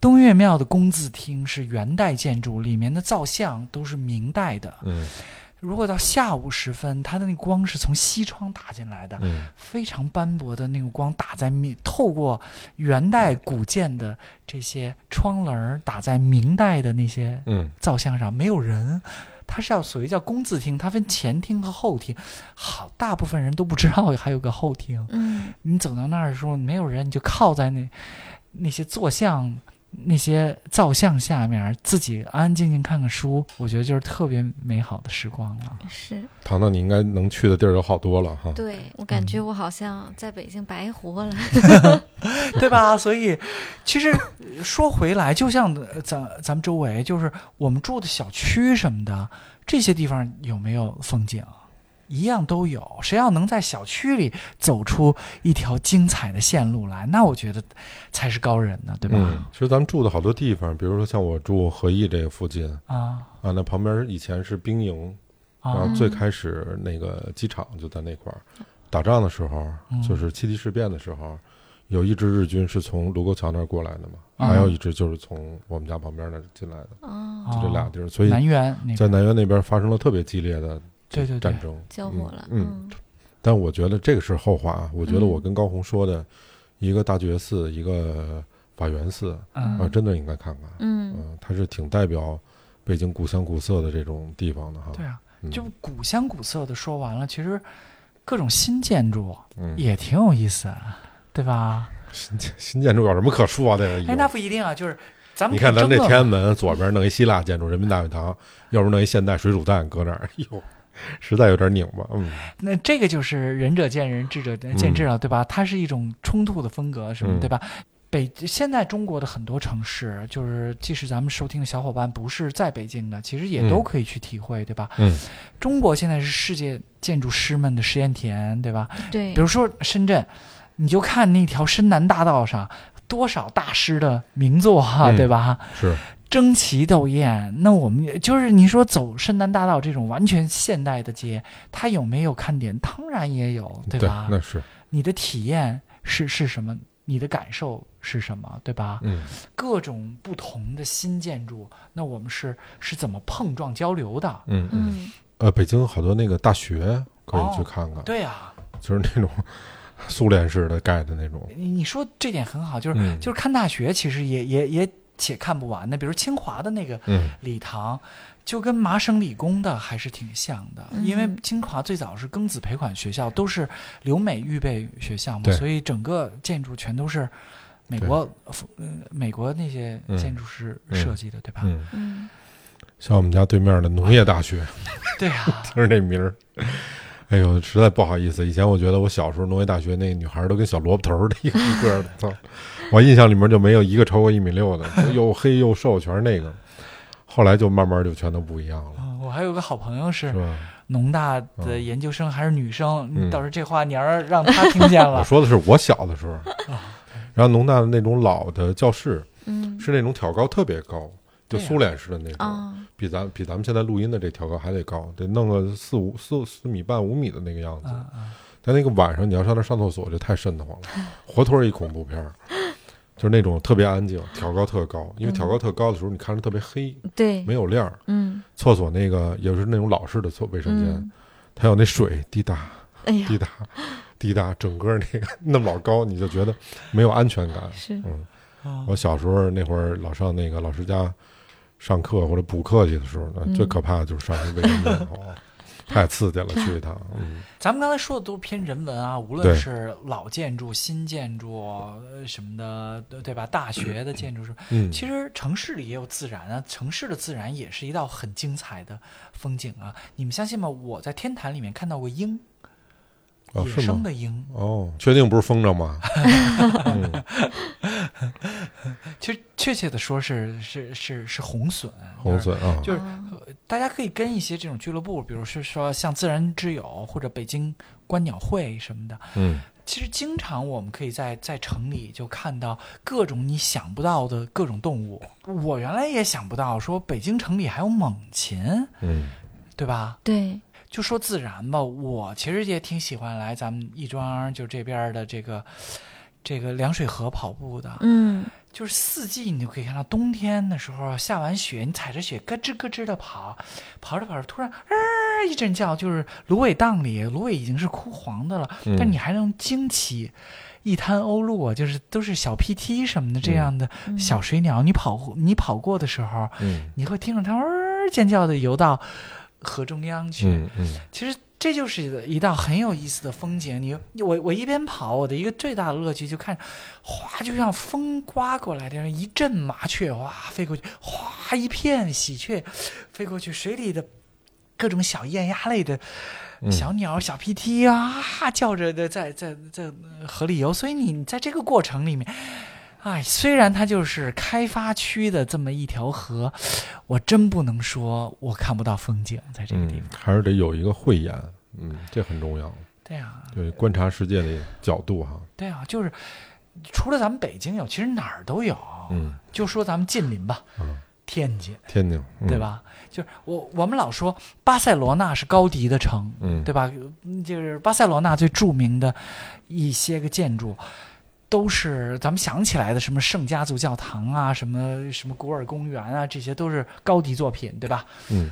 东岳庙的工字厅是元代建筑，里面的造像都是明代的。
嗯
如果到下午时分，它的那光是从西窗打进来的，
嗯，
非常斑驳的那个光打在明，透过元代古建的这些窗棱儿打在明代的那些
嗯
造像上，没有人。它是要属于叫工字厅，它分前厅和后厅，好，大部分人都不知道还有个后厅。
嗯，
你走到那儿的时候，没有人，你就靠在那那些坐像那些造像下面，自己安安静静看看书，我觉得就是特别美好的时光了。
是
糖糖，你应该能去的地儿有好多了哈。
对我感觉我好像在北京白活了。
对吧？所以，其实说回来，就像呃咱咱们周围，就是我们住的小区什么的，这些地方有没有风景？啊一样都有。谁要能在小区里走出一条精彩的线路来，那我觉得才是高人呢，对吧？
嗯，其实咱们住的好多地方，比如说像我住和义这个附近
啊
啊，那旁边以前是兵营，然
啊
后最开始那个机场就在那块儿，打仗的时候，
嗯
就是七七事变的时候，有一支日军是从卢沟桥那儿过来的嘛，
嗯
还有一支就是从我们家旁边那儿进来的，
哦，
就这俩
啊
地儿，所以
南园那
在
个，
南苑那边发生了特别激烈的
对对对
战争，
交火了。嗯
嗯，但我觉得这个是后话啊。我觉得我跟高红说的，一个大觉寺，一个法源寺
嗯
啊，真的应该看看。
嗯
嗯，它是挺代表北京古香古色的这种地方的哈。
对啊，
嗯，
就古香古色的说完了，其实各种新建筑
嗯
也挺有意思，啊对吧？
新建新建筑有什么可说的呀？
哎，那不一定啊，就是咱们
你看
可以
咱这
争论
天安门左边弄一希腊建筑人民大会堂，要不弄一现代水煮蛋搁那儿， 哎呦，实在有点拧巴。嗯，
那这个就是仁者见仁，智者见智了，对吧？它是一种冲突的风格，什么、
嗯
对吧？北现在中国的很多城市，就是即使咱们收听的小伙伴不是在北京的，其实也
嗯
都可以去体会，对吧？
嗯，
中国现在是世界建筑师们的实验田，对吧？
嗯对，
比如说深圳，你就看那条深南大道上多少大师的名作哈、
嗯
对吧？
是，
争奇斗艳。那我们也就是你说走深南大道这种完全现代的街，它有没有看点？当然也有，
对，
吧？
那是，
你的体验是是什么？你的感受是什么？对吧？
嗯
各种不同的新建筑，那我们是是怎么碰撞交流的？
嗯嗯。
嗯
呃，北京好多那个大学可以去看看，
哦对啊，
就是那种苏联式的盖的那种。
你你说这点很好，就是、
嗯
就是看大学，其实也也也且看不完的。比如清华的那个
嗯
礼堂，就跟麻省理工的还是挺像的，
嗯
因为清华最早是庚子赔款学校，都是留美预备学校嘛，
对
所以整个建筑全都是美国，呃，美国那些建筑师
嗯
设计的，对吧？
嗯，
嗯
像我们家对面的农业大学，
对啊，
就是那名儿。哎呦，实在不好意思，以前我觉得我小时候农业大学那女孩儿都跟小萝卜头儿的一个一个的，操！我印象里面就没有一个超过一米六的，又黑又瘦，全是那个。后来就慢慢就全都不一样了，
嗯我还有个好朋友是
是吧？
农大的
嗯
研究生，还是女生，
嗯
你倒是这话你要是让她听见
我
了，
说的是我小的时候，然后农大的那种老的教室
嗯
是那种挑高特别高，就
对呀
苏联式的那种。
啊
比咱比咱们现在录音的这调高还得高，得弄个四五四四米半五米的那个样子。
嗯嗯，
但那个晚上你要上那上厕所，就太瘆得慌 了，活脱一恐怖片儿，就是那种特别安静，挑高特高，因为挑高特高的时候你看着特别黑，
嗯
对
没有亮儿。
嗯
厕所那个也是那种老式的厕卫生间，
嗯
它有那水滴答
哎呀
滴答滴答，整个那个那么老高，你就觉得没有安全感。
是
嗯，
哦
我小时候那会儿老上那个老师家上课或者补课去的时候呢，
嗯
最可怕的就是上那卫生间哦， 太刺激了，去一趟，嗯，
咱们刚才说的都偏人文啊，无论
对
是老建筑、新建筑呃什么的，对对吧？大学的建筑是，
嗯
其实城市里也有自然啊，城市的自然也是一道很精彩的风景啊。你们相信吗？我在天坛里面看到过鹰，
哦
野
是
生
吗？
的鹰。
哦，确定不是风筝吗？
其实确切的说是是是是红隼，
红隼啊，
嗯就是
啊
大家可以跟一些这种俱乐部，比如是说像自然之友或者北京观鸟会什么的，
嗯
其实经常我们可以在在城里就看到各种你想不到的各种动物。我原来也想不到，说北京城里还有猛禽，
嗯
对吧？
对
就说自然吧，我其实也挺喜欢来咱们亦庄就这边的这个这个凉水河跑步的。
嗯
就是四季你就可以看到，冬天的时候啊下完雪，你踩着雪咯吱咯吱的跑，跑着跑着突然啊一阵叫，就是芦苇荡里，芦苇已经是枯黄的了，
嗯
但你还能惊起一滩鸥鹭，啊就是都是小 PT 什么的这样的
嗯
小水鸟，你跑过你跑过的时候，
嗯
呃你会听着它哇尖叫的游到河中央去。
嗯嗯，
其实这就是一道很有意思的风景。你我我一边跑，我的一个最大的乐趣就看，哗，就像风刮过来的样一阵麻雀哇飞过去，哗一片喜鹊飞过去，水里的各种小雁鸭类的小鸟、小屁踢啊叫着的在在在河里游。所以你在这个过程里面。哎，虽然它就是开发区的这么一条河，我真不能说我看不到风景在这个地
嗯
方。，
还是得有一个慧眼，嗯，这很重要，
对啊，
对观察世界的角度哈，
对啊，就是除了咱们北京有，其实哪儿都有。
嗯，
就说咱们近邻吧，
嗯
天津，
天津，嗯
对？吧？就是我我们老说巴塞罗那是高迪的城，
嗯，
对吧？嗯就是巴塞罗那最著名的一些个建筑，都是咱们想起来的，什么圣家族教堂啊，什么什么古尔公园啊，这些都是高迪作品，对吧？
嗯，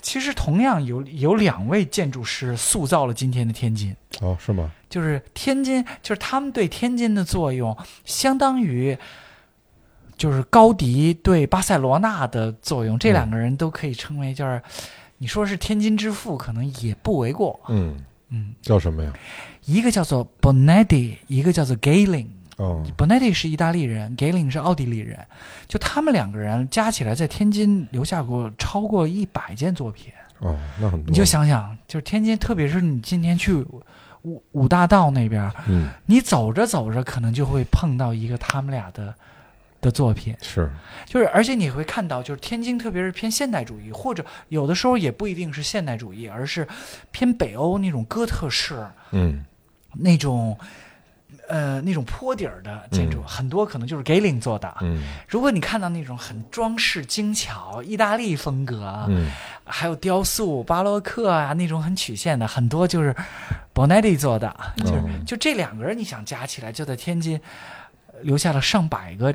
其实同样有有两位建筑师塑造了今天的天津，
哦，是吗？
就是天津，就是他们对天津的作用，相当于就是高迪对巴塞罗那的作用。这
嗯
两个人都可以称为就是，你说是天津之父，可能也不为过。
嗯，
嗯，
叫什么呀？
一个叫做 Bonetti，一个叫做 Galen。
哦，
Bonetti 是意大利人，Galen 是奥地利人，就他们两个人加起来在天津留下过超过一百件作品。
哦，那很多，
你就，想想，就是天津，特别是你今天去五五大道那边，
嗯，
你走着走着，可能就会碰到一个他们俩的的作品，
是，
就是而且你会看到，就是天津，特别是偏现代主义，或者有的时候也不一定是现代主义，而是偏北欧那种哥特式
嗯，
那种。呃，那种坡底儿的建筑、
嗯
很多，可能就是 Galing 做的。
嗯，
如果你看到那种很装饰精巧、意大利风格，啊
嗯，
还有雕塑、巴洛克啊那种很曲线的，很多就是 Bonetti 做的，就是、
嗯
就这两个人，你想加起来，就在天津呃留下了上百个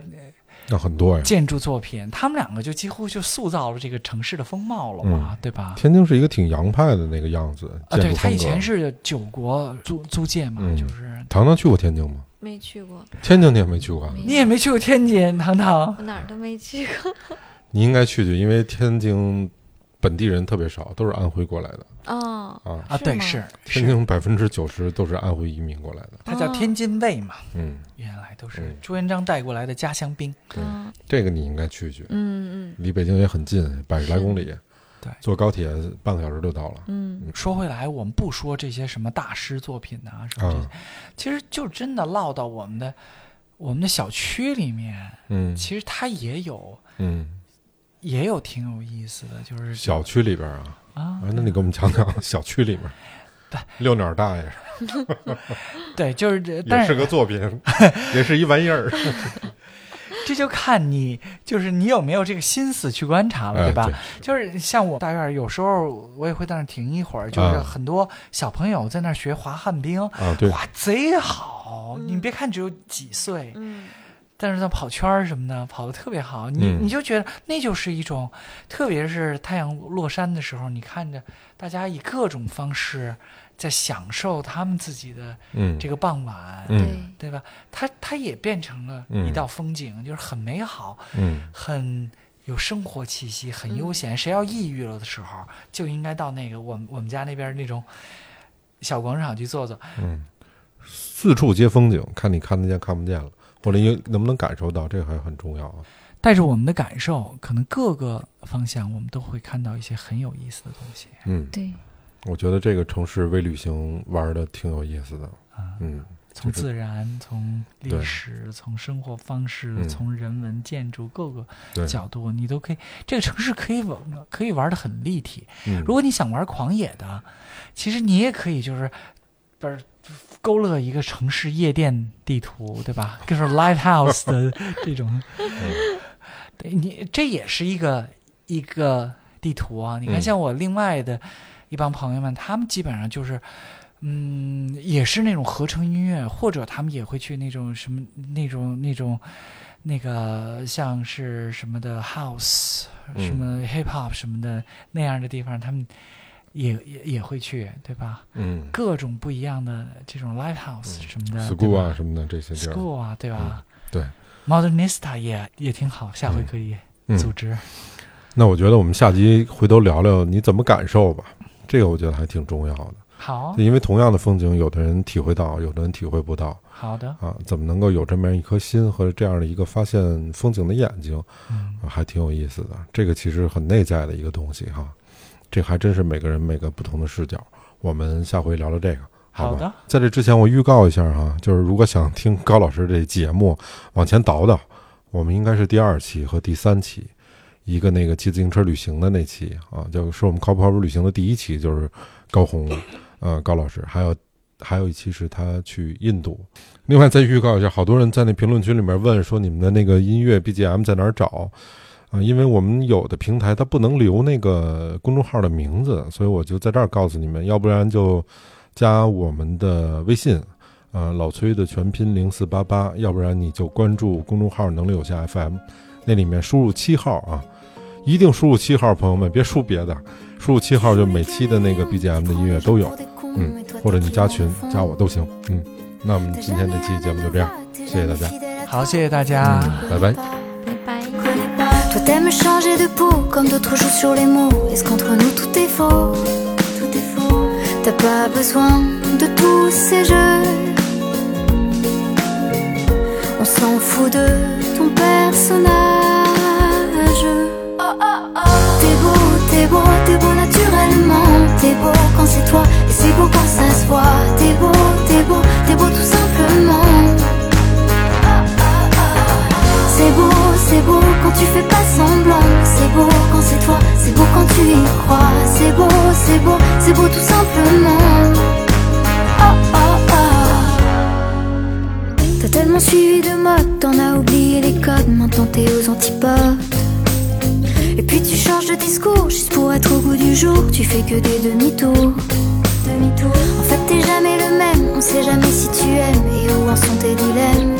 那很多呀。
建筑作品，他们两个就几乎就塑造了这个城市的风貌了嘛，对吧？
天津是一个挺洋派的那个样子，
啊，
建
对
嗯筑
他
风
以
格
前。是九国租租界嘛，
嗯
就是
糖糖去过天津吗？
没去过，
天津你也没去过啊，
没
你也没去过天津，糖糖。
我哪儿都没去过。
你应该去去，因为天津本地人特别少，都是安徽过来的。
哦，
啊
啊，
是
对，
吗
是
天
是，
津百分之九十都是安徽移民过来的。
它叫天津卫嘛，
嗯，
原来都是
嗯
朱元璋带过来的家乡兵。
对
嗯
这个你应该去去，
嗯
离北京也很近，百十来公里，
对
坐高铁半个小时就到了。
嗯
说回来，我们不说这些什么大师作品啊什么这些
啊，，
其实就真的落到我们的我们的小区里面，
嗯
其实它也有
嗯，
也有挺有意思的，就是
小区里边啊，
啊
啊，，那你给我们讲讲小区里面，遛鸟大爷
对，就是这，但
也是
是
个作 品，也是一玩意儿，
这就看你就是你有没有这个心思去观察了，
哎
吧？
对
就是像我大院儿，有时候我也会在那儿停一会儿，就是
啊
很多小朋友在那儿学滑旱冰，
啊，对，
哇，贼好！
嗯
你别看只有几岁，
嗯
但是他跑圈儿什么的，跑得特别好，你、
嗯
你就觉得那就是一种，特别是太阳落山的时候，你看着大家以各种方式在享受他们自己的
嗯，
这个傍晚，
嗯，
嗯
对，
对吧？它它也变成了一道风景，就是很美好，
嗯
很有生活气息，很悠闲。谁要抑郁了的时候，就应该到那个我们我们家那边那种小广场去坐坐。
嗯，四处皆风景，看你看得见看不见了，或者你能不能感受到，这个还很重要啊。
带着我们的感受，可能各个方向我们都会看到一些很有意思的东西。
嗯，
对，
我觉得这个城市微旅行玩的挺有意思的。嗯
啊从
就是
自然、从历
对
史、从生活方式、
嗯
从人文、建筑各个
对，
角度，你都可以。这个城市可以玩，可以玩的很立体。
嗯
如果你想玩狂野的，其实你也可以就是，不是勾勒一个城市夜店地图，对吧？ 就是 lighthouse 的这种，
嗯
对你这也是一个一个地图啊。你看，
嗯
像我另外的一帮朋友们，他们基本上就是。嗯，也是那种合成音乐，或者他们也会去那种什么那种那种那个像是什么的 house，
嗯
什么 hip hop 什么的那样的地方，他们也也也会去，对吧？
嗯
各种不一样的这种 live house 什么的
，school 啊什么的这些地
呃对吧
儿，嗯
，school 啊，对吧？
对。
Modernista 也也挺好，下回
嗯
可以
嗯
组织。
那我觉得我们下集回头聊聊你怎么感受吧。这个我觉得还挺重要的。
好
因为同样的风景，有的人体会到，有的人体会不到
好的，
啊。怎么能够有这么样一颗心和这样的一个发现风景的眼睛，
嗯，
啊还挺有意思的。这个其实很内在的一个东西哈，这还真是每个人每个不同的视角。我们下回聊聊这个。好
好
吧
的，
在这之前，我预告一下哈、就是如果想听高老师这节目，往前倒倒，我们应该是第二期和第三期，一个那个骑自行车旅行的那期啊，就是我们靠不靠谱旅行的第一期，就是高红，呃，高老师，还有还有一期是他去印度。另外再预告一下，好多人在那评论区里面问说你们的那个音乐 BGM 在哪儿找？啊、因为我们有的平台它不能留那个公众号的名字，所以我就在这儿告诉你们，要不然就加我们的微信，呃，老崔的全拼零四八八，要不然你就关注公众号“能力有限 FM”，那里面输入七号啊，一定输入七号，朋友们别输别的，输入七号就每期的那个 BGM 的音乐都有，嗯，或者你加群加我都行，嗯，那我们今
今
天
天
这期
这期
节
节
目
目
就
就
这
这
样
样，，
谢谢
谢谢
大
大
家
家，
好，谢谢大家。
嗯拜拜。
拜拜。
Toi t'aimes changer de peau comme d'autres jouent sur les mots. Est-ce qu'entre nous tout est faux Tout est faux. T'as pas besoin de tous ces jeux. On s'en fout de ton personnage. oh, T'es beau, t'es beau, t'es beau naturellement. T'es beau quand c'est toi et c'est beau quand ça se voit. T'es beau, t'es beau, t'es beau tout simplement. C'est beau, c'est beau quand tu fais pas semblant. C'est beau quand c'est toi, c'est beau quand tu y crois. C'est beau, c'est beau, c'est beau tout simplement. Oh, oh, oh. T'as tellement suivi de mode, t'en as oublié les codes. Maintenant t'es aux antipodes. Et puis tu changes de discours juste pour être au goût du jour. Tu fais que des demi-tours. En fait, t'es jamais le même. On sait jamais si tu aimes et où en sont tes dilemmes.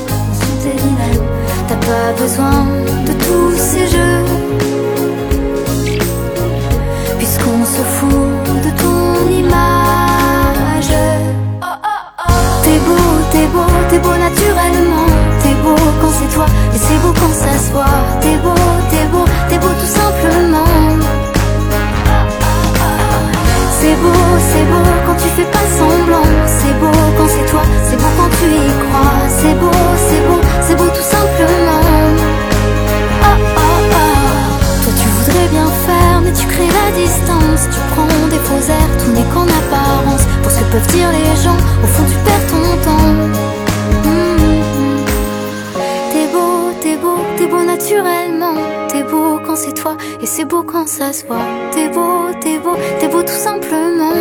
T'as pas besoin de tous ces jeux. Puisqu'on se fout de ton image. Oh, T'es beau, t'es beau, t'es beau naturellement. T'es beau quand c'est toi et c'est beau quand ça se voit. T'es beau, t'es beau, t'es beau tout simplement. C'est beau, c'est beau quand tu fais pas semblant. C'est beau quand c'est toi, c'est beau quand tu y crois. C'est beau, c'est beau, c'est beau tout simplement. Oh, oh, oh. Toi tu voudrais bien faire, mais tu crées la distance. Tu prends des faux airs, tout n'est qu'en apparence. Pour ce que peuvent dire les gens, au fond tu perds ton temps. Mhm. T'es beau, t'es beau, t'es beau naturellement. T'es beau quand c'est toi et c'est beau quand ça se voit. T'es beau, t'es beau, t'es beau tout simplement.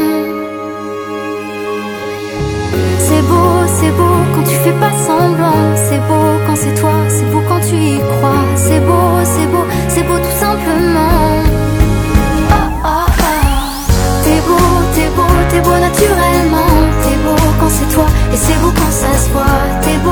C'est beau, c'est beau quand tu fais pas semblant. C'est beau quand c'est toi, c'est beau quand tu y crois. C'est beau, c'est beau, c'est beau tout simplement. Oh, oh, oh. T'es beau, t'es beau, t'es beau naturellement. T'es beau quand c'est toi et c'est beau quand ça se voit. T'es beau, Ah,